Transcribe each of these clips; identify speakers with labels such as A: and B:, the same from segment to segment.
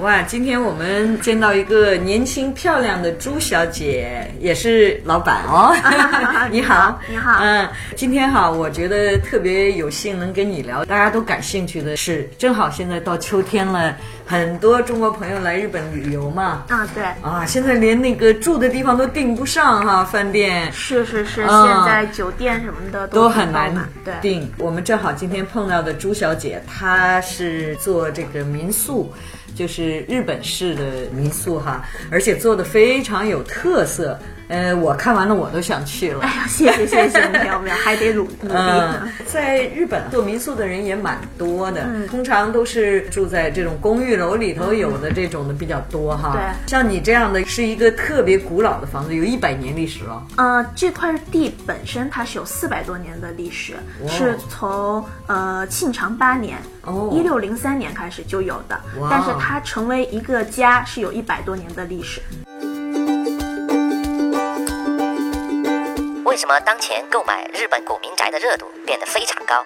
A: 哇，今天我们见到一个年轻漂亮的朱小姐，也是老板哦。你好，
B: 你好
A: 嗯，今天哈，我觉得特别有幸能跟你聊大家都感兴趣的事。正好现在到秋天了，很多中国朋友来日本旅游嘛。
B: 啊，对，
A: 啊，现在连那个住的地方都订不上哈，饭店。
B: 是是是，
A: 嗯
B: 现在酒店什么的
A: 都
B: 很
A: 很难
B: 嘛。 对，
A: 定。我们正好今天碰到的朱小姐，她是做这个民宿，就是日本式的民宿哈，而且做的非常有特色。呃，我看完了我都想去 了。
B: 哎谢谢谢谢，没有没有，还得努努力
A: 嗯
B: 呢。，
A: 在日本做民宿的人也蛮多的，
B: 嗯
A: 通常都是住在这种公寓楼里头，有的这种的比较多哈。
B: 对
A: 像你这样的是一个特别古老的房子，有一百年历史了。
B: 呃，这块地本身它是有四百多年的历史，
A: 哇
B: 是从呃庆长八年
A: 哦，
B: 一六零三年开始就有的
A: 哇，哦
B: 但是它成为一个家是有一百多年的历史。
C: 为什么当前购买日本古民宅的热度变得非常高？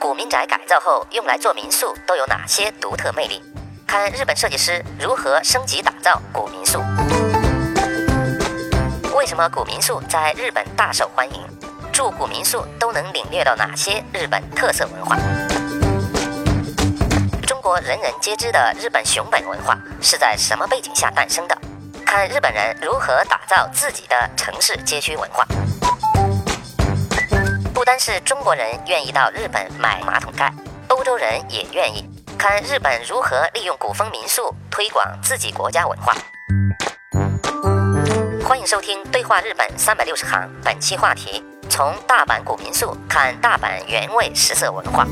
C: 古民宅改造后用来做民宿都有哪些独特魅力？看日本设计师如何升级打造古民宿。为什么古民宿在日本大受欢迎？住古民宿都能领略到哪些日本特色文化？中国人人皆知的日本熊本文化是在什么背景下诞生的？看日本人如何打造自己的城市街区文化。不单是中国人愿意到日本买马桶盖，欧洲人也愿意。看日本如何利用古风民宿推广自己国家文化。欢迎收听《对话日本三百六十行》，本期话题：从大阪古民宿看大阪原味食色文化。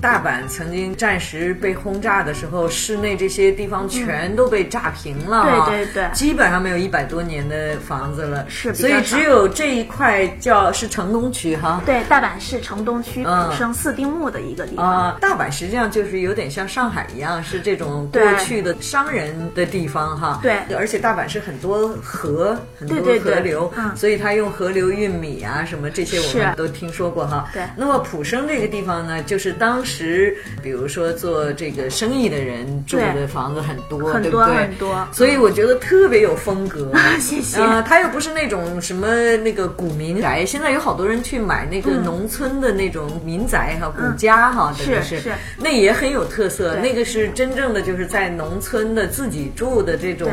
A: 大阪曾经暂时被轰炸的时候，市内这些地方全都被炸平了啊、
B: 对对对
A: 基本上没有一百多年的房子了，
B: 是比
A: 所
B: 较
A: 以
B: 少
A: 只有这一块叫是城东区哈。
B: 对，大阪市城东区
A: 嗯
B: 古生四丁目的一个地方。
A: 啊、大阪实际上就是有点像上海一样，是这种过
B: 对
A: 去的商人的地方哈。
B: 对
A: 而且大阪是很多河，很多
B: 对对对
A: 河流，
B: 嗯
A: 所以它用河流运米啊什么这些我们
B: 是
A: 都听说过哈。
B: 对
A: 那么普生这个地方呢，就是当时比如说做这个生意的人住
B: 对
A: 的房子很多，
B: 很
A: 对不
B: 多
A: 对？
B: 很多啊
A: 所以我觉得特别有风格。
B: 谢谢。
A: 呃，它又不是那种什么那个古民宅，现在有好多人去买那个农村的那种民宅哈、古家哈，真的
B: 嗯是是
A: 那也很有特色。
B: 对
A: 那个是真正的就是在农村的自己住的这种，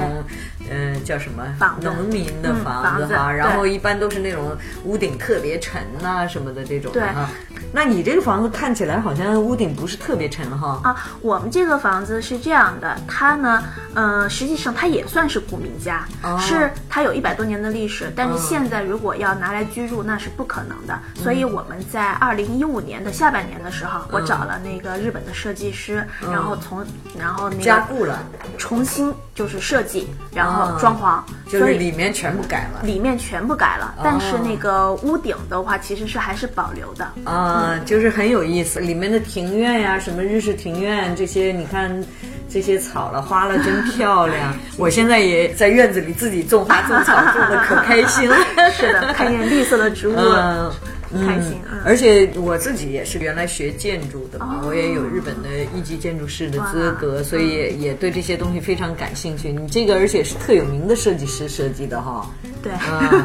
A: 嗯、叫什么
B: 房子
A: 农民的
B: 嗯
A: 房子
B: 房子
A: 哈，
B: 对
A: 然后一般都是那种屋顶特别沉呐、什么的这种的
B: 对
A: 哈。那你这个房子看起来好像屋顶不是特别沉哈，
B: 啊，我们这个房子是这样的，它呢，呃，实际上它也算是古民家，
A: 哦
B: 是它有一百多年的历史，但是
A: 嗯
B: 现在如果要拿来居住，那是不可能的。所以我们在二零一五年的下半年的时
A: 嗯
B: 候，我找了那个日本的设计师，然后从然后那
A: 加
B: 个
A: 固了，
B: 重新就是设计，然后
A: 哦
B: 装潢，
A: 就
B: 所
A: 是
B: 以
A: 里哦面全部改了。
B: 里面全部改了，但是那个屋顶的话，其实是还是保留的。
A: 啊，就是很有意思，里面的庭院呀、什么日式庭院这些，你看这些草了花了，真漂
B: 嗯
A: 亮。我现在也在院子里自己种花种草，种的可开 心嗯了。
B: 是的，看见绿色的植物，
A: 嗯。
B: 开心。嗯
A: 而且我自己也是原来学建筑的嘛，
B: 哦
A: 我也有日本的一级建筑师的资格，所以也也对这些东西非常感兴趣。你这个而且是特有名的设计师设计的哈，
B: 对
A: 嗯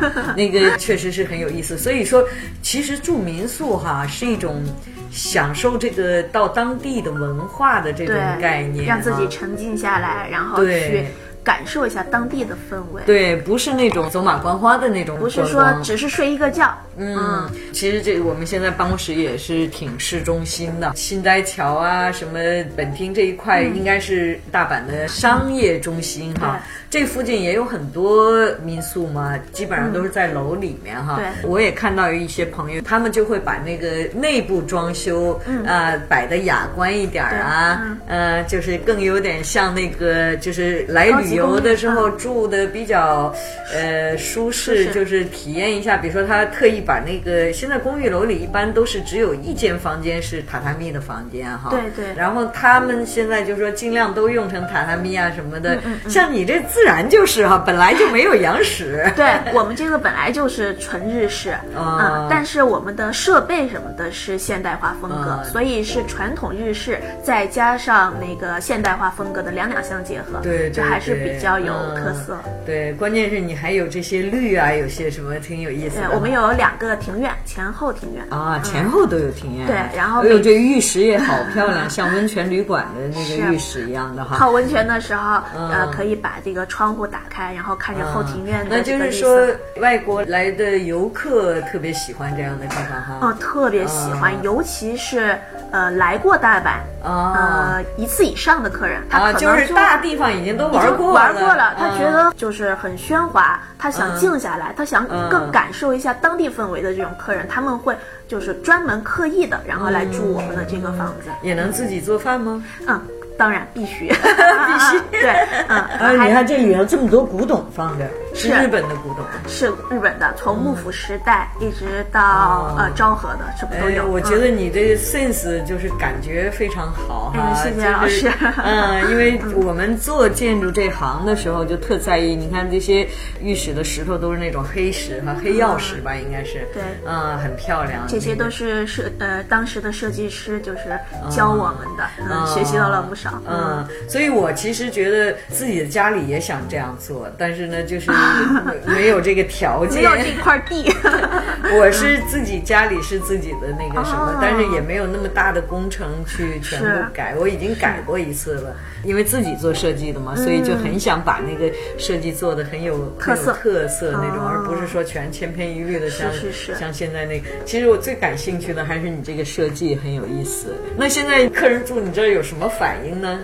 A: 啊，那个确实是很有意思。所以说，其实住民宿哈是一种享受这个到当地的文化的这种概念、啊，
B: 对，让自己沉浸下来，然后
A: 对
B: 去感受一下当地的氛围。
A: 对，不是那种走马观花的那种观光，
B: 不是说只是睡一个觉，
A: 嗯，其实这我们现在办公室也是挺市中心的，新斋桥啊，什么本町这一块，应该是大阪的商业中心哈。这附近也有很多民宿嘛，基本上都是在楼里面哈。
B: 对
A: 我也看到有一些朋友，他们就会把那个内部装修，
B: 嗯
A: 呃，摆的雅观一点儿啊，呃，就是更有点像那个，就是来
B: 高级
A: 旅游的时
B: 公
A: 候
B: 寓嗯
A: 住的比较呃舒适，
B: 适
A: 就是体验一下。比如说，他特意把那个现在公寓楼里一般都是只有一间房间是榻榻米的房间哈，
B: 对对
A: 然后他们现在就说尽量都用成榻榻米啊什么
B: 嗯
A: 的，像你这自然就是哈、本来就没有洋屎。
B: 对我们这个本来就是纯日式，
A: 啊
B: 嗯，但是我们的设备什么的是现代化风格，
A: 啊
B: 所以是传统日式再加上那个现代化风格的两两相结合，
A: 对对
B: 就还是
A: 对
B: 比较有
A: 嗯
B: 特色。
A: 对，关键是你还有这些绿啊，有些什么挺有意思
B: 对
A: 的哈。，
B: 我们有两个庭院，前后庭院
A: 啊，前后都有庭院。
B: 对然后
A: 哎呦，
B: 每
A: 这浴室也好漂 亮，像温泉旅馆的那个
B: 是啊
A: 浴室一样的哈。
B: 泡温泉的时候，
A: 嗯
B: 呃，可以把这个窗户打开，然后看着后庭院
A: 那
B: 的
A: 就
B: 这个
A: 是
B: 绿
A: 说
B: 色。，
A: 外国来的游客特别喜欢这样的地方
B: 哦
A: 哈。，
B: 特别喜欢，
A: 嗯
B: 尤其是呃来过大阪，
A: 啊
B: 呃一次以上的客人，他可
A: 啊，
B: 能
A: 就是大地方已经都
B: 已
A: 玩
B: 经
A: 过
B: 玩
A: 了，
B: 过了，他觉
A: 啊嗯
B: 得就是很喧哗，他想静下来，他想更感受一下当地氛围的这种客人，他们会就是专门刻意的，然后来住我们的这个房子。
A: 也能自己做饭吗？
B: 嗯，当然 必须，必须 对，嗯，还
A: 啊这里有这么多古董放着，是
B: 是
A: 日本的古董。
B: 是日本的，从幕府时代一直
A: 哦
B: 到呃昭和的，什么都
A: 哎，
B: 有。
A: 我觉
B: 嗯
A: 得你这 sense 就是感觉非常好哈，
B: 哎谢谢老
A: 就是
B: 师
A: 嗯，因为我们做建筑这行的时候就特在意，你看这些玉石的石头都是那种黑石哈，黑曜石吧，应该是。
B: 对
A: 嗯，很漂亮。
B: 这些
A: 那个
B: 都是设呃当时的设计师就是
A: 啊
B: 教我们的，嗯，学习到了不少。
A: 嗯，所以我其实觉得自己的家里也想这样做，但是呢，就是没有这个条
B: 没
A: 件
B: 有。这块地，
A: 我是自己家里是自己的那个什么
B: 哦，
A: 但是也没有那么大的工程去全部
B: 是
A: 改。我已经改过一次了，因为自己做设计的嘛，所以就很想把那个设计做的很有
B: 嗯特色
A: 很有特色那种，
B: 哦
A: 而不是说全千篇一律的像
B: 是是
A: 像现在那个。其实我最感兴趣的还是你这个设计很有意思。那现在客人住你这儿有什么反应呢？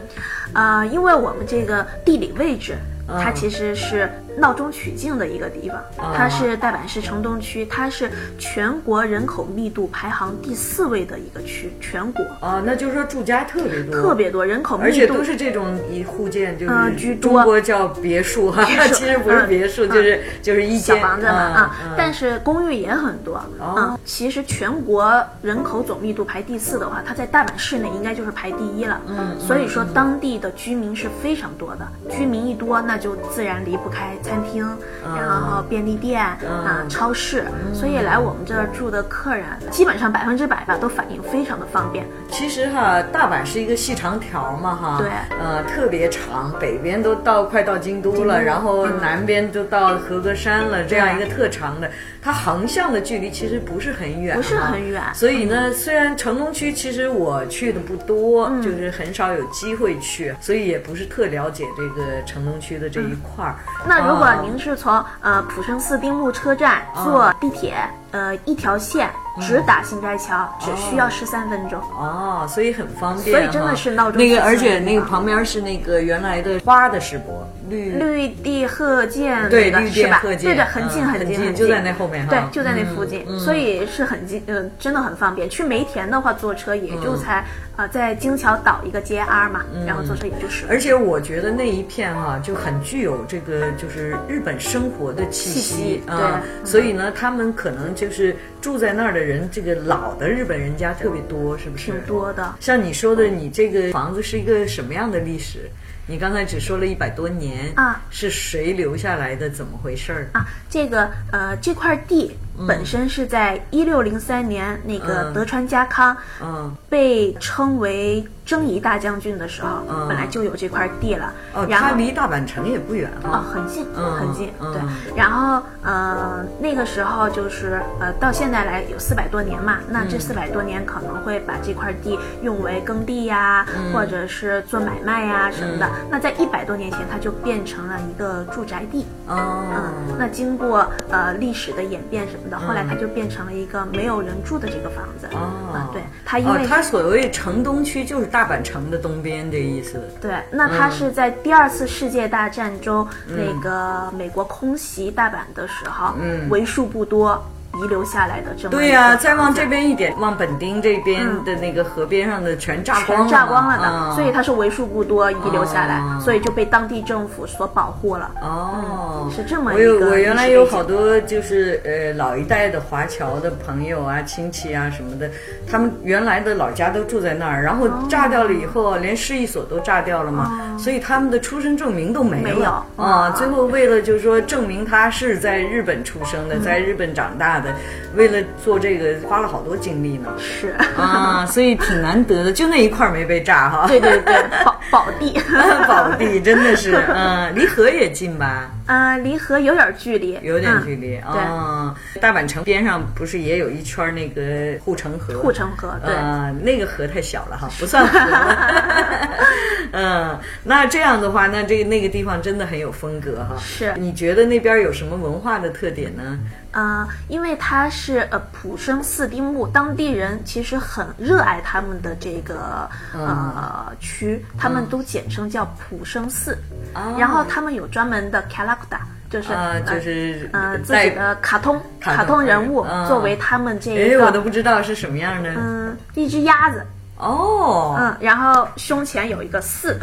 B: 呃，因为我们这个地理位置，
A: 嗯
B: 它其实是闹中取静的一个地方，
A: 啊
B: 它是大阪市城东区，它是全国人口密度排行第四位的一个区，全国
A: 啊，那就是说住家特别多，
B: 特别多，人口
A: 而
B: 密
A: 且
B: 度
A: 都是这种一户建，就是、
B: 嗯居多
A: 中国叫别墅哈，
B: 别墅
A: 其实不是别墅，
B: 嗯
A: 就是、就是一
B: 小
A: 间
B: 房子嘛啊，
A: 嗯、
B: 但是公寓也很多
A: 哦
B: 啊。其实全国人口总密度排第四的话，它在大阪市内应该就是排第一了。嗯，所以说当地的居民是非常多的，
A: 嗯
B: 居民一多，那就自然离不开餐厅，
A: 嗯
B: 然后便利店啊、超市，所以来我们这儿住的客人，基本上百分之百吧都反应非常的方便。
A: 其实哈，大阪是一个细长条嘛哈，
B: 对
A: 呃，特别长，北边都到快到京都了，然后
B: 嗯
A: 南边就到和歌山了，这样一个特长的，它横向的距离其实不是很远，
B: 不是
A: 哈
B: 很远嗯
A: 所以呢，虽然城东区其实我去的不多，就是很少有机会去，所以也不是特了解这个城东区的这一块儿。
B: 嗯那如果
A: 啊
B: 您是从呃浦生寺町木车站坐地铁，呃一条线
A: 嗯
B: 直达新斋桥，只需要十三分钟。
A: 哦，所以很方便哈，
B: 所以真的是闹钟
A: 那个，
B: 起
A: 而且
B: 来了
A: 那个旁边是那个原来的花的世博绿
B: 绿地鹤见
A: 嗯对
B: 那个
A: 绿地
B: 是吧？
A: 鹤见
B: 对对，很
A: 嗯
B: 近
A: 很
B: 近
A: 近
B: 很
A: 就在那后面哈嗯
B: 对，就在那附近，所以是很近，嗯，真的很方便。去梅田的话，坐车也
A: 嗯
B: 就才呃在京桥岛一个 JR 嘛，然后坐车也就十。
A: 而且我觉得那一片哈、就很具有这个就是日本生活的气息
B: 气息
A: 啊，
B: 对
A: 所以呢，他们可能就是住在那儿的人，这个老的日本人家特别多，是不是？
B: 挺多的
A: 像你说的，你这个房子是一个什么样的历史？你刚才只说了一百多年
B: 啊
A: 是谁留下来的？怎么回事儿？
B: 啊，这个呃这块地本身是在一六零三年那个
A: 嗯
B: 德川家康
A: 嗯，
B: 被称为征夷大将军的时候，
A: 嗯
B: 本来就有这块地了。
A: 哦，
B: 然
A: 它
B: 后
A: 离大阪城也不远
B: 哦，
A: 哈。
B: 很近，
A: 嗯
B: 很近，
A: 嗯
B: 对。然后，呃，那个时候就是，呃，到现在来有四百多年嘛，那
A: 嗯
B: 这四百多年可能会把这块地用为耕地呀，
A: 嗯
B: 或者是做买卖呀什么的。那在一百多年前，它就变成了一个住宅地。嗯，
A: 哦，
B: 那经过呃历史的演变什么的，后来它就变成了一个没有人住的这个房子。
A: 嗯哦
B: 啊，对，它因
A: 哦
B: 为，
A: 它所谓城东区就是大阪城的东边这意思。
B: 对，那它是
A: 嗯
B: 在第二次世界大战中、那个美国空袭大阪的时候，
A: 嗯
B: 为数不多遗留下来的这么
A: 对
B: 一个
A: 呀、
B: 房子
A: 再往这边一点，往本町这边
B: 嗯
A: 的那个河边上的全炸光了嘛，
B: 全炸光了的，
A: 啊
B: 所以它是为数不多遗留下来，
A: 哦
B: 所以就被当地政府所保护了。
A: 哦，
B: 是这么
A: 我
B: 一
A: 有
B: 个
A: 我
B: 历
A: 原来
B: 史
A: 有
B: 背景
A: 好多就是呃老一代的华侨的朋友啊、亲戚啊什么的，他们原来的老家都住在那儿，然后炸掉了以后，
B: 哦
A: 啊连市一所都炸掉了嘛，所以他们的出生证明都没
B: 没有
A: 了啊。
B: 啊
A: 最后为了就是说证明他是在日本出生的，在日本长大的，为了做这个花了好多精力呢。
B: 是，
A: 啊，所以挺难得的，就那一块儿没被炸哈。
B: 对对对，宝宝地，
A: 宝地真的是， 嗯，离河也近吧？
B: 呃，离河有点距离，
A: 有点
B: 嗯
A: 距离啊、
B: 对
A: 哦大阪城边上不是也有一圈那个护城河？
B: 护城河对
A: 呃，那个河太小 了哈，不算河了。 嗯，那这样的话，那这个那个地方真的很有风格哈。
B: 是
A: 你觉得那边有什么文化的特点呢？
B: 呃，因为它是呃普生四丁目，当地人其实很热爱他们的这个、呃
A: 嗯
B: 区，他们都简称叫普生寺，
A: 哦
B: 然后他们有专门的 c a l a k d a 就是、
A: 啊，就是
B: 呃自
A: 在
B: 己的卡通
A: 卡通
B: 卡通人物、
A: 嗯
B: 作为他们这一
A: 哎，我都
B: 个
A: 不知道是什么样的。
B: 嗯一只鸭子，
A: 哦，
B: 嗯，然后胸前有一个寺，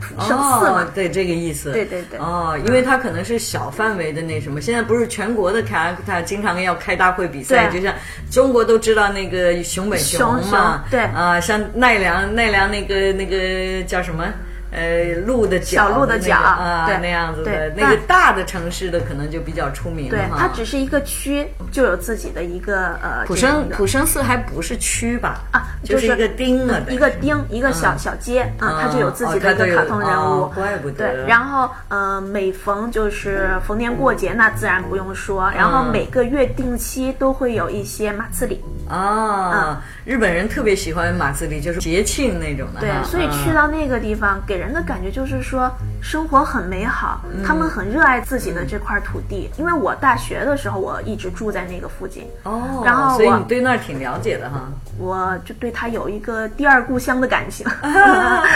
B: 普生寺嘛
A: 哦，，对这个意思。
B: 对对嗯对
A: 哦，因为它可能是小范围的那什么，现在不是全国的卡它经常要开大会比赛，
B: 对
A: 就像中国都知道那个熊本
B: 熊
A: 嘛，
B: 熊对
A: 啊、像奈良奈良那个那个叫什么？呃，鹿的角，
B: 小鹿的角
A: 那个啊，
B: 对
A: 那样子的
B: 对，
A: 那个
B: 但
A: 大的城市的可能就比较出名了
B: 对，
A: 哈。
B: 它只是一个区，就有自己的一个呃
A: 普
B: 这样
A: 生
B: 的
A: 普生寺还不是区吧？
B: 啊，
A: 就是一个町了，
B: 一个町，一个小
A: 嗯
B: 小街，嗯，它就有自
A: 哦
B: 己的一
A: 它就
B: 个
A: 有
B: 卡通人物
A: 哦，怪不得
B: 对，然后呃，每逢就是逢年过节，那自然不用说，然后
A: 嗯
B: 每个月定期都会有一些马刺里，
A: 啊。日本人特别喜欢马自里，就是节庆那种的哈。
B: 对，所以
A: 嗯
B: 去到那个地方，给人的感觉就是说生活很美好，
A: 嗯
B: 他们很热爱自己的这块土地，因为我大学的时候我一直住在那个附近，
A: 哦，
B: 然后
A: 所以
B: 我
A: 你对那儿挺了解的 哈，
B: 我就对它有一个第二故乡的感情。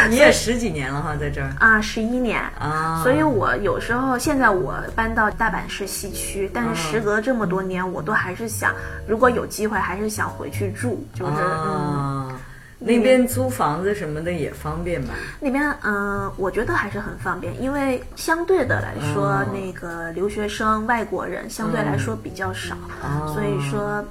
A: 你也十几年了哈，在这儿
B: 啊，十一年
A: 啊
B: 所以我有时候现在我搬到大阪市西区，但是
A: 嗯
B: 时隔这么多年，我都还是想，如果有机会，还是想回去住，就是、嗯，
A: 啊，那边租房子什么的也方便吧？
B: 那边嗯、我觉得还是很方便，因为相对的来说，
A: 哦
B: 那个留学生、外国人相对
A: 嗯
B: 来说比较少，
A: 哦
B: 所以说。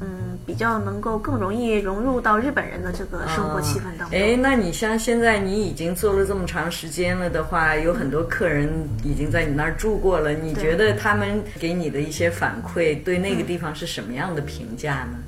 B: 嗯，比较能够更容易融入到日本人的这个生活气氛当中。
A: 哎，那你像现在你已经做了这么长时间了的话，有很多客人已经在你那儿住过了，你
B: 对嗯
A: 觉得他们给你的一些反馈，对那个地方是什么样的评价呢？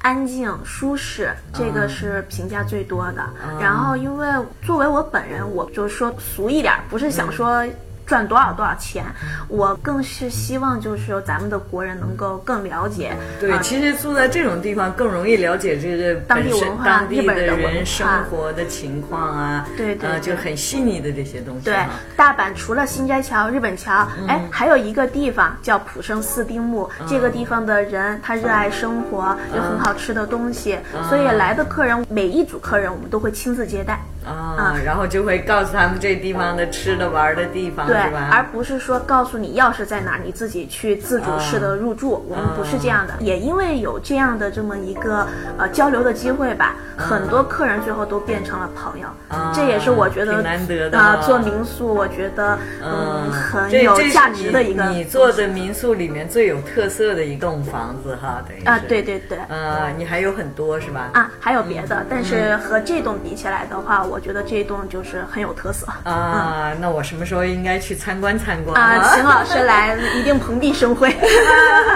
B: 安静舒适，这个是评价最多的。然后，因为作为我本人，我就是说俗一点儿，不是想说赚多少多少钱，我更是希望就是说咱们的国人能够更了解。
A: 对，
B: 啊
A: 其实住在这种地方更容易了解这个
B: 当地
A: 本身
B: 文化
A: 当地
B: 日
A: 的
B: 本人的文
A: 人
B: 化
A: 生活的情况啊，
B: 对对
A: 呃，就
B: 对
A: 很细腻的这些东西。啊
B: 对
A: 哈。，
B: 大阪除了新斋桥、日本桥，哎、还有一个地方叫普生四丁目。这个地方的人他热爱生活，有很好吃的东西，所以来的客人每一组客人我们都会亲自接待。
A: 啊，然后就会告诉他们这地方的吃的、玩儿的地方，
B: 对
A: 啊是，
B: 而
A: 吧？
B: 不是说告诉你钥匙在哪儿，你自己去自主式的入
A: 啊
B: 住。我们不是这样的，也因为有这样的这么一个呃交流的机会吧，很多客人最后都变成了朋友。
A: 啊
B: 这也是我觉得
A: 挺难得的
B: 啊、
A: 啊
B: 做民宿我觉得嗯
A: 这
B: 很有
A: 这是
B: 价值的一个
A: 你你做的民宿里面最有特色的一栋房子哈，等于
B: 啊，
A: 是
B: 对，对对。啊
A: 呃，你还有很多是吧？
B: 啊，还有别的，但是和这栋比起来的话，我我觉得这一栋就是很有特色。
A: 啊，那我什么时候应该去参观参观
B: 啊，邢老师来一定蓬荜生辉。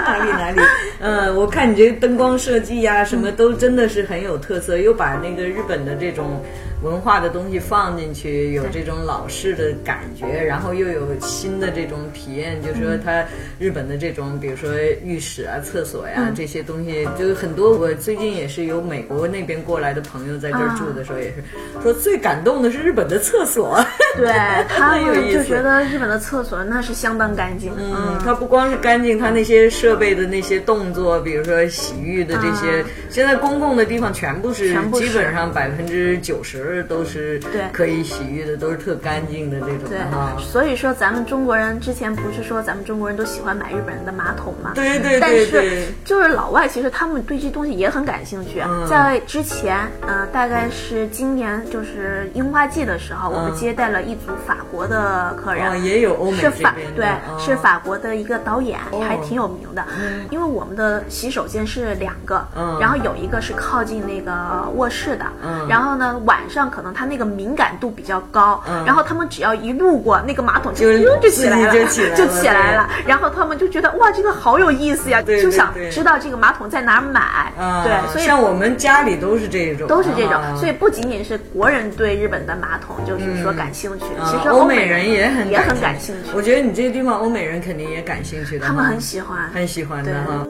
A: 哪里哪里，嗯，我看你这个灯光设计呀、什么都真的是很有特色，又把那个日本的这种文化的东西放进去，有这种老式的感觉，然后又有新的这种体验，就是说它日本的这种，比如说浴室啊、厕所呀、这些东西，就是很多。我最近也是有美国那边过来的朋友在这儿住的时候，也是说最感动的是日本的厕所。
B: 对 他
A: 很有
B: 们
A: 意
B: 就
A: 思
B: 觉得日本的厕所那是相当干净。
A: 嗯，它不光是干净，它那些设备的那些动作，比如说洗浴的这些，现在公共的地方全部是，
B: 啊全部是
A: 基本上百分之九十都是
B: 对
A: 可以洗浴的，都是特干净的这种
B: 对
A: 的哈，。
B: 所以说咱们中国人之前不是说咱们中国人都喜欢买日本人的马桶吗？
A: 对对
B: 但
A: 对
B: 是
A: 对，
B: 就是老外其实他们对这东西也很感兴趣。啊
A: 嗯
B: 在之前，呃，大概是今年就是樱花季的时候，我们
A: 嗯
B: 接待了一组法国的客人，
A: 哦，也有欧美
B: 是
A: 这
B: 法
A: 边的
B: 对、
A: 哦
B: 是法国的一个导演，
A: 哦
B: 还挺有名的、因为我们的洗手间是两个、
A: 嗯
B: 然后有一个是靠近那个卧室的，
A: 嗯
B: 然后呢晚上可能它那个敏感度比较高，
A: 嗯
B: 然后他们只要一路过那个马桶
A: 就
B: 就就起来了，
A: 自己就起来了
B: 起来了，然后他们就觉得哇这个好有意思呀，
A: 对对
B: 就想
A: 对
B: 知道这个马桶在哪儿买，
A: 啊，
B: 对，所以
A: 像我们家里都是这种，
B: 都是这种，
A: 啊
B: 所以不仅仅是国人对日本的马桶就是说感兴趣，
A: 啊
B: 其实
A: 欧
B: 美
A: 人也很
B: 也很
A: 感
B: 感兴趣。
A: 我觉得你这个地方欧美人肯定也感兴趣的哈，
B: 他们很喜欢，
A: 很喜欢
B: 对
A: 的哈。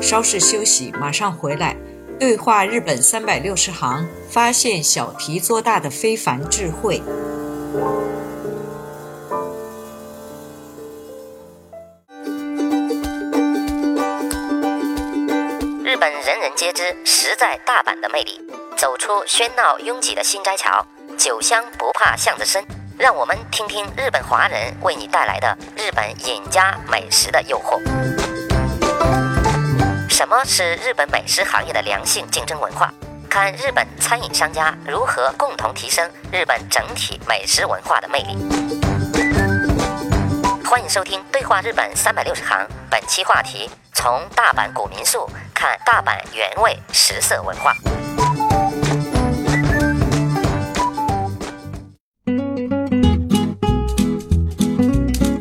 A: 稍事休息，马上回来。对话日本三百六十行，发现小题做大的非凡智慧。
C: 日本人人皆知，实在大阪的魅力。走出喧闹拥挤的新斋桥，酒香不怕巷子深。让我们听听日本华人为你带来的日本饮家美食的诱惑。什么是日本美食行业的良性竞争文化？看日本餐饮商家如何共同提升日本整体美食文化的魅力。欢迎收听《对话日本三百六十行》，本期话题：从大阪古民宿看大阪原味食色文化。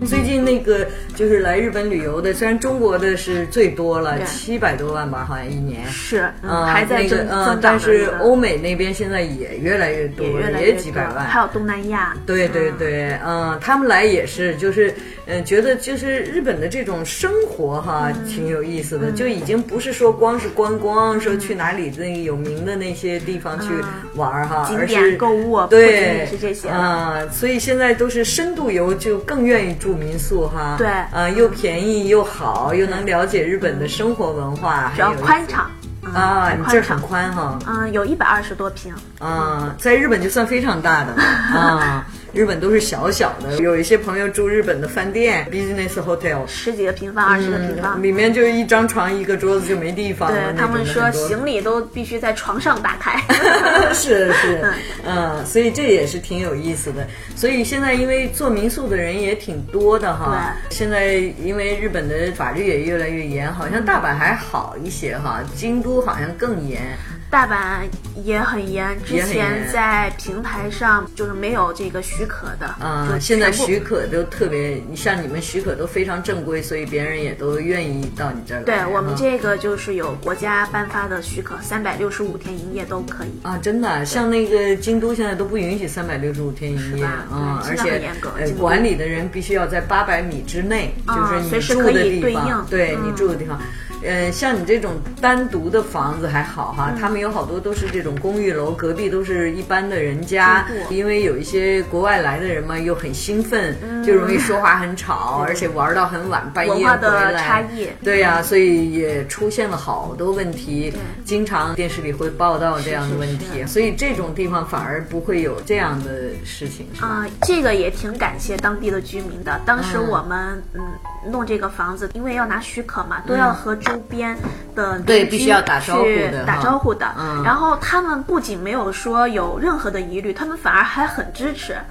A: 最近那个就是来日本旅游的，虽然中国的是最多了，
B: 对
A: 七百多万吧，好像一年。
B: 是，嗯，
A: 嗯
B: 还在
A: 那
B: 增
A: 个
B: 增
A: 嗯
B: 长，
A: 但是
B: 的
A: 欧美那边现在也越来越多，
B: 也越来
A: 也
B: 多
A: 几百万，
B: 还有东南亚，
A: 对对对，嗯，他们来也是，就是，嗯、觉得就是日本的这种生活哈，
B: 嗯
A: 挺有意思的，就已经不是说光是观光，说去哪里那个有名的那些地方去玩儿哈，
B: 嗯景
A: 而
B: 点
A: 是
B: 购物啊不仅仅
A: 对，
B: 是这些
A: 啊、所以现在都是深度游，就更愿意住民宿哈，
B: 对
A: 啊、又便宜又好，又能了解日本的生活文化，
B: 主要
A: 很有意思
B: 宽敞嗯
A: 啊，
B: 很
A: 你这儿
B: 宽
A: 很
B: 敞，
A: 宽哈，
B: 嗯，有一百二十多平，
A: 啊，在日本就算非常大 的了啊。日本都是小小的，有一些朋友住日本的饭店，business hotel，
B: 十几个平方，二十个平方。
A: 里面就是一张床一个桌子就没地方了。
B: 对他们说，
A: 行。
B: 行李都必须在床上打 开。
A: 是 是，嗯，所以这也是挺有意思的。所以现在因为做民宿的人也挺多的哈。现在因为日本的法律也越来越严，好像大阪还好一些哈，京都好像更严。
B: 大阪也很严，之
A: 也很
B: 前
A: 严
B: 在平台上就是没有这个许可的
A: 啊、
B: 就
A: 现在
B: 全部
A: 许可都特别，你像你们许可都非常正规，所以别人也都愿意到你这儿来。
B: 对我们
A: 啊
B: 这个就是有国家颁发的许可，三百六十五天营业都可以。
A: 啊，真的啊，像那个京都现在都不允许三百六十五天营业
B: 是吧
A: 啊、
B: 对
A: 而
B: 现在
A: 且
B: 很严格
A: 呃
B: 京都
A: 管理的人必须要在八百米之内，
B: 啊
A: 就是
B: 随
A: 你
B: 时
A: 住
B: 可
A: 的
B: 以
A: 地
B: 对
A: 方
B: 应，
A: 对
B: 嗯
A: 你住的地方。呃，像你这种单独的房子还好哈，
B: 嗯
A: 他们有好多都是这种公寓楼，隔壁都是一般的人家
B: 住，户
A: 因为有一些国外来的人嘛，又很兴奋，
B: 嗯
A: 就容易说话很吵， 而且玩到很晚，半夜
B: 文
A: 回
B: 化
A: 来。
B: 的差异
A: 对呀、所以也出现了好多问题，经常电视里会报道这样的问题，
B: 是
A: 所以这种地方反而不会有这样的事情，是吧？
B: 啊、这个也挺感谢当地的居民的。当时
A: 嗯
B: 我们嗯弄这个房子，因为要拿许可嘛，都要和周边的
A: 嗯对
B: 邻居
A: 必须要打招呼的
B: 去
A: 哈
B: 打招呼的。
A: 嗯
B: 然后他们不仅没有说有任何的疑虑，他们反而还很支持。
A: 啊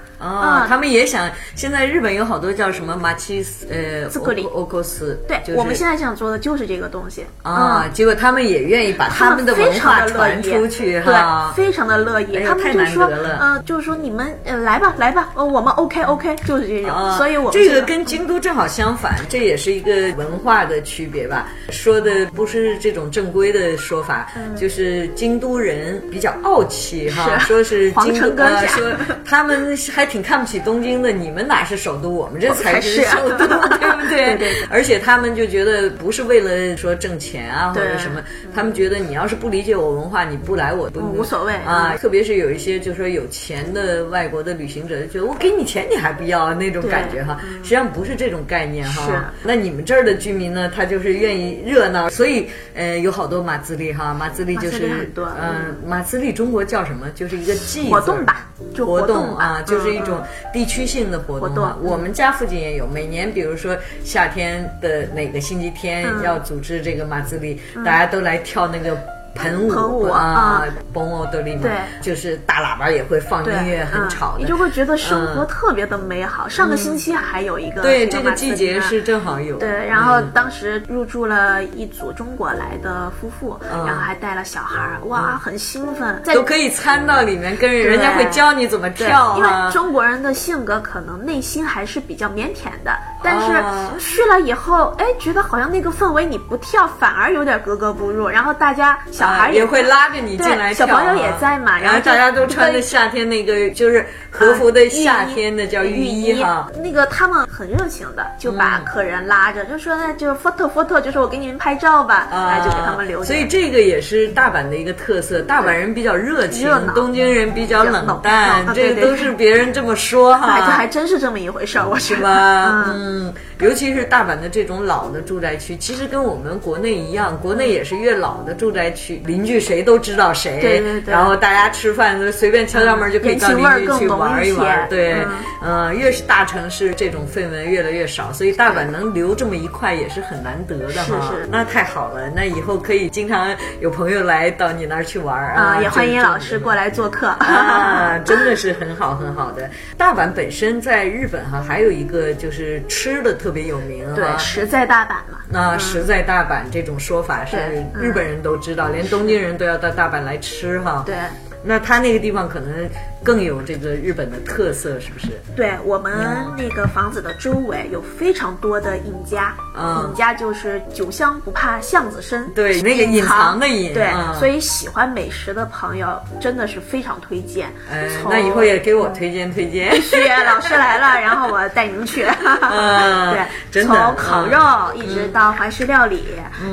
B: 嗯，
A: 他们也想。现在日本有好多叫什么马奇斯呃，
B: 自个里
A: 欧欧斯，
B: 对、
A: 就是
B: 我们现在想做的就是这个东西
A: 啊，
B: 嗯
A: 结果他们也愿意把
B: 他
A: 们的
B: 非
A: 文
B: 常
A: 化
B: 的乐
A: 传
B: 意，
A: 出去哈
B: 对，。非常的乐意。
A: 哎呦
B: 他们
A: 太
B: 就
A: 难
B: 说
A: 得了，
B: 呃，就是说你们呃来吧，来吧，呃，我们 OK OK，就是这种。
A: 啊，
B: 所以我们
A: 这
B: 现
A: 个
B: 在
A: 跟京都正好相反，这也是一个文化的区别吧。说的不是这种正规的说法，就是京都人比较傲气哈，
B: 嗯是啊
A: 说是
B: 皇
A: 京
B: 城
A: 都
B: 根
A: 呃
B: 下
A: 说他们是还挺看不起东京的，你们哪是首都，我们这才
B: 才是啊
A: 首 都，对不对？
B: 对对对
A: 而且他们就觉得不是为了说挣钱啊或
B: 对
A: 者什么，他们觉得你要是不理解我文化，你不来我不
B: 嗯无所谓
A: 啊
B: 嗯。
A: 特别是有一些就说有钱的外国的旅行者，就觉得我给你钱你还不要啊那种
B: 对嗯
A: 感觉哈。实际上不是这种概念哈。
B: 是
A: 那你们这儿的居民呢，他就是愿意热闹，所以呃有好多马自立哈，马自立就
B: 马自
A: 是
B: 立很多
A: 嗯，马自立中国叫什么？就是一个祭
B: 活动吧，就
A: 活
B: 动
A: 动
B: 吧
A: 啊，就是一
B: 嗯
A: 种
B: 嗯
A: 地区性的活动啊
B: 活。动嗯
A: 我们家附近也有，每年比如说夏天的哪个星期天
B: 嗯
A: 要组织这个马自立，大家都来跳那个。盆舞
B: 盆舞
A: 啊
B: 啊，
A: 蹦奥德利嘛
B: 对，
A: 就是大喇叭也会放
B: 对
A: 音乐，很
B: 嗯
A: 吵
B: 你
A: 的。
B: 就会觉得生活
A: 嗯
B: 特别的美好。上个星期还有一个
A: 对，
B: 那
A: 这
B: 马
A: 个
B: 自
A: 季
B: 达
A: 节是嗯正好有。
B: 对，然后当时入住了一组中国来的夫妇，
A: 嗯
B: 然后还带了小孩儿，哇，很兴奋，在
A: 都可以参到里面，跟人
B: 对
A: 人家会教你怎么
B: 对
A: 跳
B: 因
A: 啊
B: 为。中国人的性格可能内心还是比较腼腆的，但是
A: 啊
B: 去了以后，哎，觉得好像那个氛围你不跳反而有点格格不入，然后大家小孩
A: 啊
B: 儿
A: 也
B: 也
A: 会拉着你进
B: 对
A: 来跳
B: 小
A: 啊，
B: 朋友也在嘛
A: 然
B: 然后就
A: 大家都穿着夏天那个就是和啊服的夏天的叫
B: 浴
A: 浴
B: 衣
A: 衣哈。嗯
B: 那个他们很热情的，就把客人拉着，就说那就是 photo photo，就说我给你们拍照吧，哎，就给他们留
A: 啊所
B: 点。
A: 以这个也是大阪的一个特色，大阪人比较热情
B: 热闹，
A: 东京人比较冷
B: 比
A: 淡
B: 较，冷
A: 这
B: 对
A: 个
B: 对
A: 都是别人这么说哈。
B: 哎，这还真是这么一回事儿，我觉
A: 啊是
B: 得。
A: 吧？
B: 嗯，
A: 嗯，尤其是大阪的这种老的住宅区，其实跟我们国内一样，国内也是越老的住宅区，邻居谁都知道谁，
B: 对对对
A: 然后大家吃饭都随便敲敲门就可以到邻居去玩一玩，
B: 人情味儿更浓一些
A: 对，
B: 嗯
A: 呃越是大城市这种氛围越来越少，所以大阪能留这么一块也是很难得的哈。
B: 是是
A: 那太好了，那以后可以经常有朋友来到你那儿去玩儿啊，
B: 啊，也欢迎
A: 这个
B: 老师过来做客。
A: 啊，真的是很好很好的。大阪本身在日本哈、还有一个就是吃的特别有名、啊，
B: 对，实在大阪嘛。
A: 那实在大阪这种说法是
B: 对嗯
A: 日本人都知道，连东京人都要到大阪来吃哈、
B: 对，
A: 那他那个地方可能更有这个日本的特色，是不是？
B: 对我们那个房子的周围有非常多的隐家，
A: 嗯
B: 隐家就是酒香不怕巷子深，
A: 对那个隐藏的隐
B: 对，
A: 嗯
B: 所以喜欢美食的朋友真的是非常推荐。
A: 呃，
B: 从
A: 那以后也给我推荐推 荐。
B: 去老师来了，然后我带你们去。
A: 嗯
B: 对，
A: 真的啊嗯
B: 从烤肉一直到怀石料理，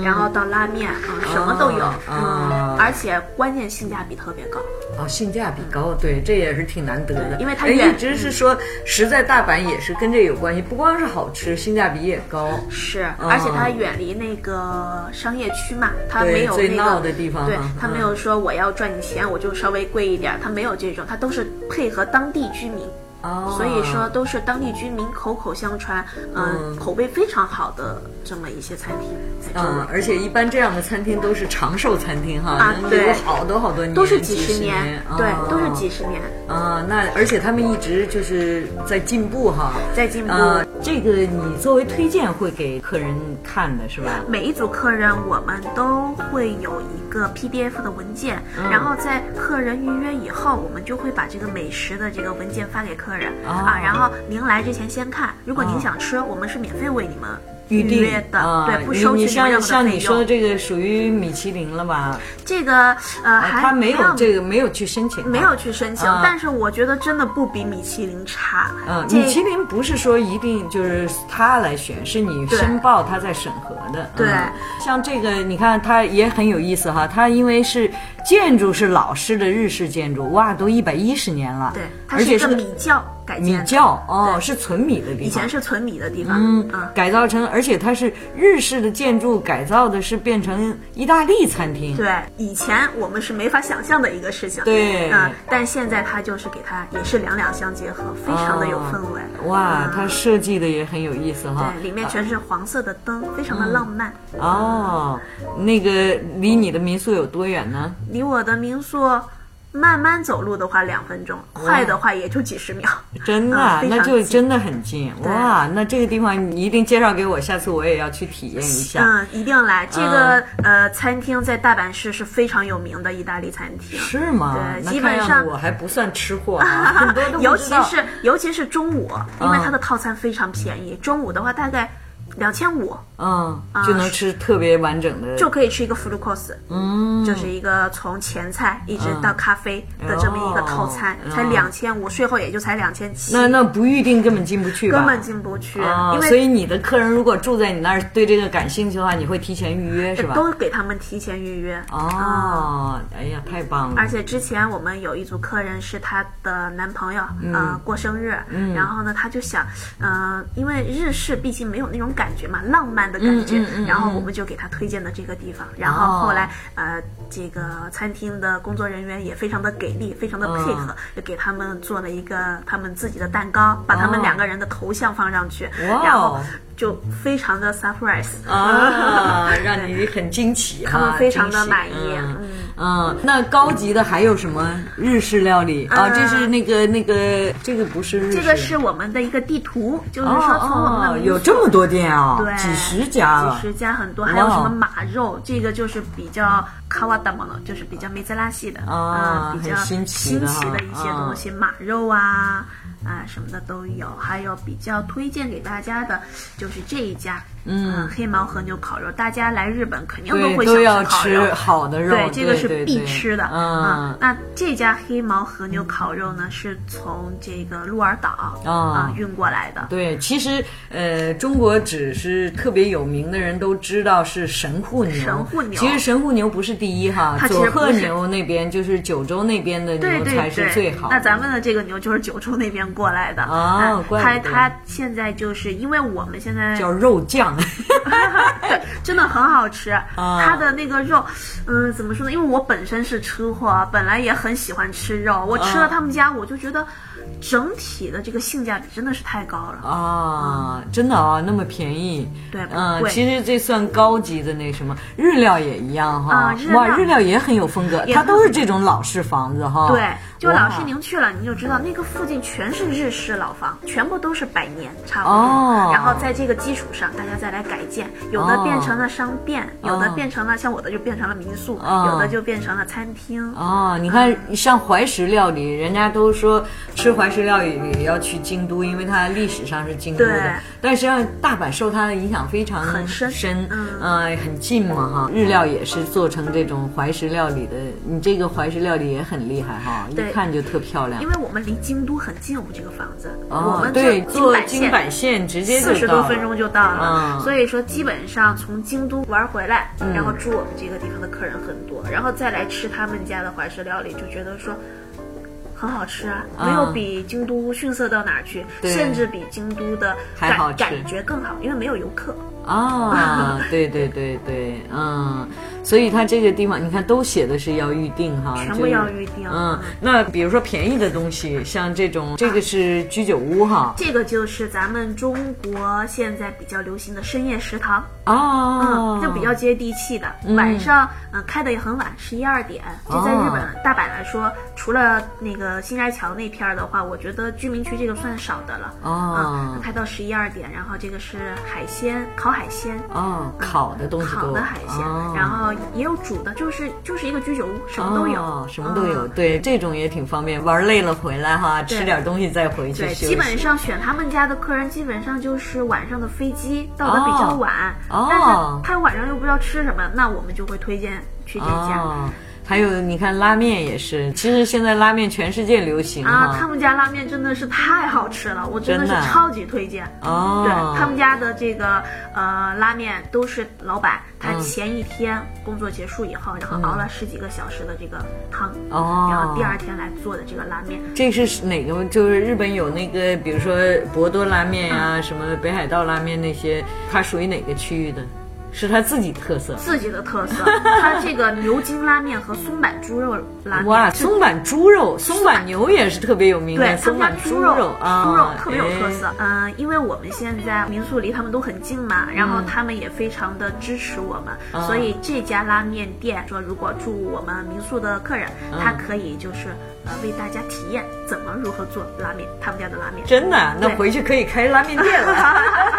B: 然后到拉面，嗯，什么都有。
A: 啊
B: 嗯，而且关键性价比特别高。
A: 哦，性价比高，对，这也是挺难得的。
B: 对因为它
A: 哎
B: 远嗯
A: 一直是说，实在大阪也是跟这有关系，不光是好吃，性价比也高。
B: 是，
A: 嗯
B: 而且它远离那个商业区嘛，它
A: 对
B: 没有
A: 最
B: 那
A: 闹
B: 个
A: 的地方
B: 对
A: 嗯，
B: 它没有说我要赚你钱，我就稍微贵一点儿，它没有这种，它都是配合当地居民。
A: 哦，
B: 所以说都是当地居民口口相传，嗯，口碑非常好的这么一些餐厅，在这
A: 嗯
B: 里，
A: 而且一般这样的餐厅都是长寿餐厅哈，
B: 啊
A: 能
B: 对
A: 留好多好多年，
B: 都是
A: 几
B: 几十
A: 年，哦
B: 年，对，都是几
A: 十
B: 十年。
A: 啊。那而且他们一直就是在进步哈，
B: 在进步
A: 啊这个你作为推荐会给客人看的是吧？
B: 每一组客人，我们都会有一个 PDF 的文件，
A: 嗯
B: 然后在客人预约以后，我们就会把这个美食的这个文件发给客人、
A: 哦
B: 啊。然后您来之前先看，如果
A: 哦
B: 您想吃，我们是免费为你们
A: 预定
B: 约的，
A: 啊，
B: 对，不收
A: 你
B: 取
A: 你
B: 您任
A: 像像
B: 何的费
A: 你说的
B: 用。
A: 这个属于米其林了吧？
B: 这个呃，
A: 哦
B: 还
A: 他没有
B: 还
A: 这个没有去申请，
B: 没有。去申请，
A: 啊
B: 但是我觉得真的不比米其林差。
A: 嗯，
B: 这
A: 米其林不是说一定就是他来选，是你
B: 对
A: 申报他在审核的。
B: 对
A: 嗯像这个你看，它也很有意思哈。它因为是建筑是老式的日式建筑，哇，都一百一十年了，
B: 对，它
A: 而
B: 是
A: 且
B: 一个
A: 是
B: 米窖改建
A: 米
B: 的，
A: 窖哦，
B: 对
A: 是存米的地方。
B: 以前是存米的地方，
A: 嗯
B: 啊，
A: 改造成，而且它是日式的建筑改造的，是变成意大利餐厅。
B: 对，以前我们是没法想象的一个事情。
A: 对
B: 啊、但现在它就是给它也是两两相结合，非常的有氛围。
A: 哇
B: 嗯，
A: 它设计的也很有意思哈。
B: 对，里面全是黄色的灯，非常的浪漫。
A: 嗯哦，那个离你的民宿有多远呢？
B: 离我的民宿慢慢走路的话两分钟，快的话也就几十秒。
A: 真的啊，
B: 嗯非常
A: 那就
B: 近
A: 真的很近
B: 对
A: 哇！那这个地方你一定介绍给我，下次我也要去体验一下。
B: 嗯，一定来这
A: 嗯
B: 个、呃餐厅在大阪市是非常有名的意大利餐厅。
A: 是吗？
B: 对
A: 那
B: 基
A: 看
B: 本
A: 样子
B: 上
A: 我还不算吃货 啊，很多都不
B: 尤
A: 知
B: 其
A: 道
B: 是尤其是中午，因为
A: 嗯
B: 它的套餐非常便宜，中午的话大概两千五
A: 嗯，就能吃特别完整的，
B: 啊就可以吃一个 full course，嗯，就是一个从前菜一直到咖啡的这么一个套餐，
A: 哦
B: 才
A: 哦
B: 两千五，税后也就才两千七，
A: 那那不预定根本进不去吧？
B: 根本进不去，
A: 啊，
B: 因
A: 所
B: 为
A: 以你的客人如果住在你那儿，对这个感兴趣的话，你会提前预约是吧？
B: 都给他们提前预约啊
A: 哦，哎呀，太棒了
B: 而！且之前我们有一组客人是她的男朋友，
A: 嗯
B: 呃，过生日，然后呢，她就想，呃，因为日式毕竟没有那种感觉嘛，浪漫的感觉，
A: 嗯嗯嗯嗯哦
B: 然后我们就给她推荐的这个地方，然后后来，呃，这个餐厅的工作人员也非常的给力，非常的配
A: 嗯
B: 合，就给他们做了一个他们自己的蛋糕，把他们
A: 哦
B: 两个人的头像放上去，
A: 哇哦
B: 然后就非常的 surprise，
A: 啊，让你很惊奇哈，
B: 他们非常的
A: 惊喜
B: 满意，
A: 嗯
B: 嗯
A: 嗯，那高级的还有什么日式料理啊？
B: 嗯
A: 这是那个那个，这个不是日式，
B: 这个是我们的一个地图，就是
A: 哦
B: 说从我们的
A: 哦，
B: 民
A: 有
B: 宿
A: 这么多店啊，
B: 对
A: 几十家啊了
B: 几，十家很多，还有什
A: 哇哦
B: 么马肉，这个就是比较卡瓦达莫了，就是比较梅泽拉系的
A: 啊
B: 嗯比
A: 很
B: 较
A: 新奇
B: 新
A: 的
B: 奇
A: 哈
B: 的一些
A: 啊
B: 东西，马肉啊啊什么的都有，还有比较推荐给大家的就是这一家，嗯，黑毛和牛烤肉，大家来日本肯定
A: 对，
B: 会
A: 都要
B: 想烤肉
A: 吃。好的肉，
B: 对，这个是
A: 对
B: 必
A: 对
B: 吃的啊
A: 嗯。。
B: 那这家黑毛和牛烤肉呢，是从这个鹿儿岛啊运过来的。
A: 对，其实呃，中国只是特别有名的人都知道是神户牛。
B: 神户牛
A: 其实神户牛不是第一哈
B: 它，其实
A: 佐
B: 不是
A: 贺牛那边就是九州那边的
B: 对
A: 牛
B: 对
A: 才
B: 对，
A: 是最好的。
B: 那咱们的这个牛就是九州那边过来的
A: 哦
B: 嗯
A: 怪
B: 它
A: 不得
B: 它现在就是因为我们现在
A: 叫肉酱，
B: 对 真的很好吃，
A: 啊
B: 它的那个肉，嗯，怎么说呢？因为我本身是吃货，本来也很喜欢吃
A: 啊
B: 肉，我吃了他们家，我就觉得整体的这个性价比真的是太高了。
A: 啊，真的啊，那么便宜。
B: 对不
A: 嗯，
B: 贵
A: 其实这算高级的那什么，日料也一样哈
B: 啊。日料
A: 哇，日料也很有风格，
B: 也
A: 它
B: 很
A: 都是这种老式房子哈。
B: 对，就老师
A: 哦哇
B: 您去了，您就知道那个附近全是日式老房，全部都是百年差不多。
A: 哦
B: 然后在这个基础上，大家再来改建，有的
A: 哦
B: 变成了商店，有的
A: 哦
B: 变成了像我的就变成了民宿，
A: 哦
B: 有的就变成了餐厅。
A: 哦，你看，像怀石料理，人家都说吃怀石料理也要去京都，因为它历史上是京都
B: 对
A: 的。但实际上，大阪受它的影响非常
B: 很深嗯
A: 呃，很近嘛哈。日料也是做成这种怀石料理的，你这个怀石料理也很厉害哈，
B: 对
A: 一看就特漂亮
B: 因。为我们离京都很近，我们这个房子，
A: 哦，
B: 我们
A: 对，
B: 京
A: 坐
B: 阪
A: 京
B: 线
A: 阪线直接
B: 四十
A: 就到
B: 多
A: 了。
B: 分钟就到了，
A: 嗯
B: 所以说基本上从京都玩回来，然后住我们这个地方的客人很多，然后再来吃他们家的怀石料理，就觉得说。很好吃啊，
A: 嗯
B: 没有比京都逊色到哪儿去，
A: 对
B: 甚至比京都的
A: 还好
B: 感
A: 吃
B: 感觉更好，因为没有游客。
A: 啊， 对对对对，嗯，所以它这个地方你看都写的是要预定哈，
B: 全部
A: 就是
B: 要预定
A: 啊嗯
B: 嗯，
A: 那比如说便宜的东西，像这种，这个是居酒屋哈。
B: 这个就是咱们中国现在比较流行的深夜食堂，
A: 啊，
B: 嗯，就比较接地气的。晚上，嗯、开的也很晚，十一二点。这在日本、
A: 哦
B: 大阪来说，除了那个新斋桥那片儿的话，我觉得居民区这个算少的了。
A: 哦
B: 啊，开到十一二点，然后这个是海鲜，烤海鲜。
A: 啊，烤的东西多，
B: 烤的海鲜，
A: 哦
B: 然后也有煮的，就是就是一个居酒屋，什么都有，
A: 哦什么都有，
B: 嗯
A: 对，这种也挺方便。玩累了回来哈，
B: 对
A: 吃点东西再回去
B: 对，
A: 休息。
B: 基本上选他们家的客人，基本上就是晚上的飞机到的比较晚，
A: 哦
B: 但是他晚上又不知道吃什么，那我们就会推荐去这家。
A: 哦，还有你看拉面也是，其实现在拉面全世界流行
B: 啊，他
A: 哈。
B: 们家拉面真的是太好吃了，我真的是
A: 真的啊
B: 超级推荐。
A: 哦，
B: 对他们家的这个呃拉面都是老板他前一天工作结束以后，然后熬了十几个小时的这个汤，
A: 嗯哦
B: 然后第二天来做的这个拉面，
A: 这是哪个？就是日本有那个，比如
B: 嗯
A: 说博多拉面呀、什么北海道拉面那些，它属于哪个区域的？是他自己特色。
B: 自己的 特色。它这个牛筋拉面和松板猪肉拉面，
A: 哇，松板猪肉、松板牛也是特别有名的，
B: 对他
A: 松
B: 们家
A: 板
B: 猪
A: 肉啊，
B: 猪肉特别有
A: 哎
B: 特色。嗯、因为我们现在民宿离他们都很近嘛，然后他们也非常的支持我们，
A: 嗯啊
B: 所以这家拉面店说，如果住我们民宿的客人，
A: 嗯
B: 他可以就是呃为大家体验怎么如何做拉面，他们家的拉面。
A: 真的啊，那
B: 对
A: 回去可以开拉面店 了。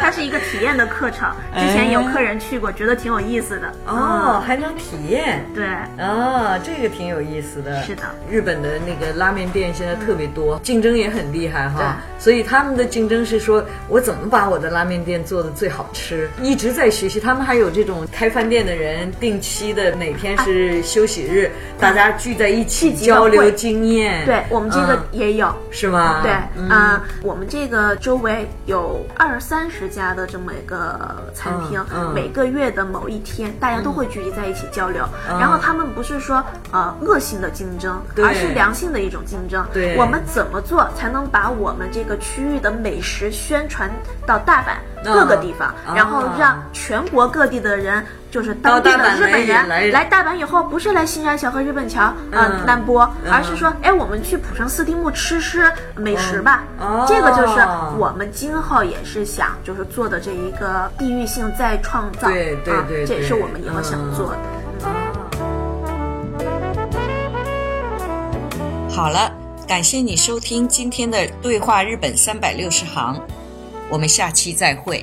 B: 它是一个体验的课程，之前有客人去过，觉得挺有意思的。
A: 哎哦，还能体验。
B: 嗯，对，
A: 哦，这个挺有意思的。
B: 是的嗯
A: 日本的那个拉面店现在特别多，竞争也很厉害哈。
B: 对
A: 所以他们的竞争是说，我怎么把我的拉面店做的最好吃，一直在学习。他们还有这种开饭店的人定期的哪天是休息日，大家聚在一起
B: 啊聚集的
A: 交流
B: 会
A: 经验。
B: 对我们这个
A: 嗯
B: 也有。
A: 是吗？
B: 对，
A: 嗯
B: 嗯、我们这个周围有二三十家的这么一个餐厅，
A: 嗯嗯
B: 每个月的某一天，大家都会聚集在一起交流。然后他们不是说呃恶性的竞争，
A: 嗯对
B: 而是良性的一种竞争。
A: 对
B: 我们怎么做才能把我们这个区域的美食宣传到大阪
A: 嗯
B: 各个地方，
A: 啊
B: 然后让全国各地的人。就是当地
A: 到大阪
B: 的日本人
A: 来来
B: 来大阪以后，不是来新斋桥和日本桥，
A: 嗯
B: 呃，南波，
A: 嗯
B: 而是说，哎，我们去浦城四丁目吃吃美食吧。
A: 哦
B: 这个就是我们今后也是想就是做的这一个地域性再创造，
A: 对对
B: 啊
A: 对嗯
B: 这也是
A: 对
B: 我们以后想做的。
D: 好了，感谢你收听今天的《对话日本三百六十行》，我们下期再会。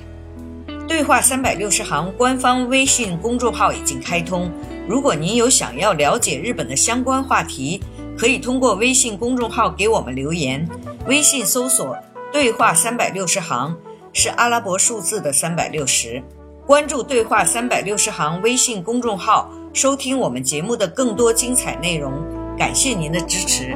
D: 《对话三百六十行》官方微信公众号已经开通，如果您有想要了解日本的相关话题，可以通过微信公众号给我们留言。微信搜索“对话三百六十行”是阿拉伯数字的三百六十。关注“对话三百六十行”微信公众号，收听我们节目的更多精彩内容。感谢您的支持。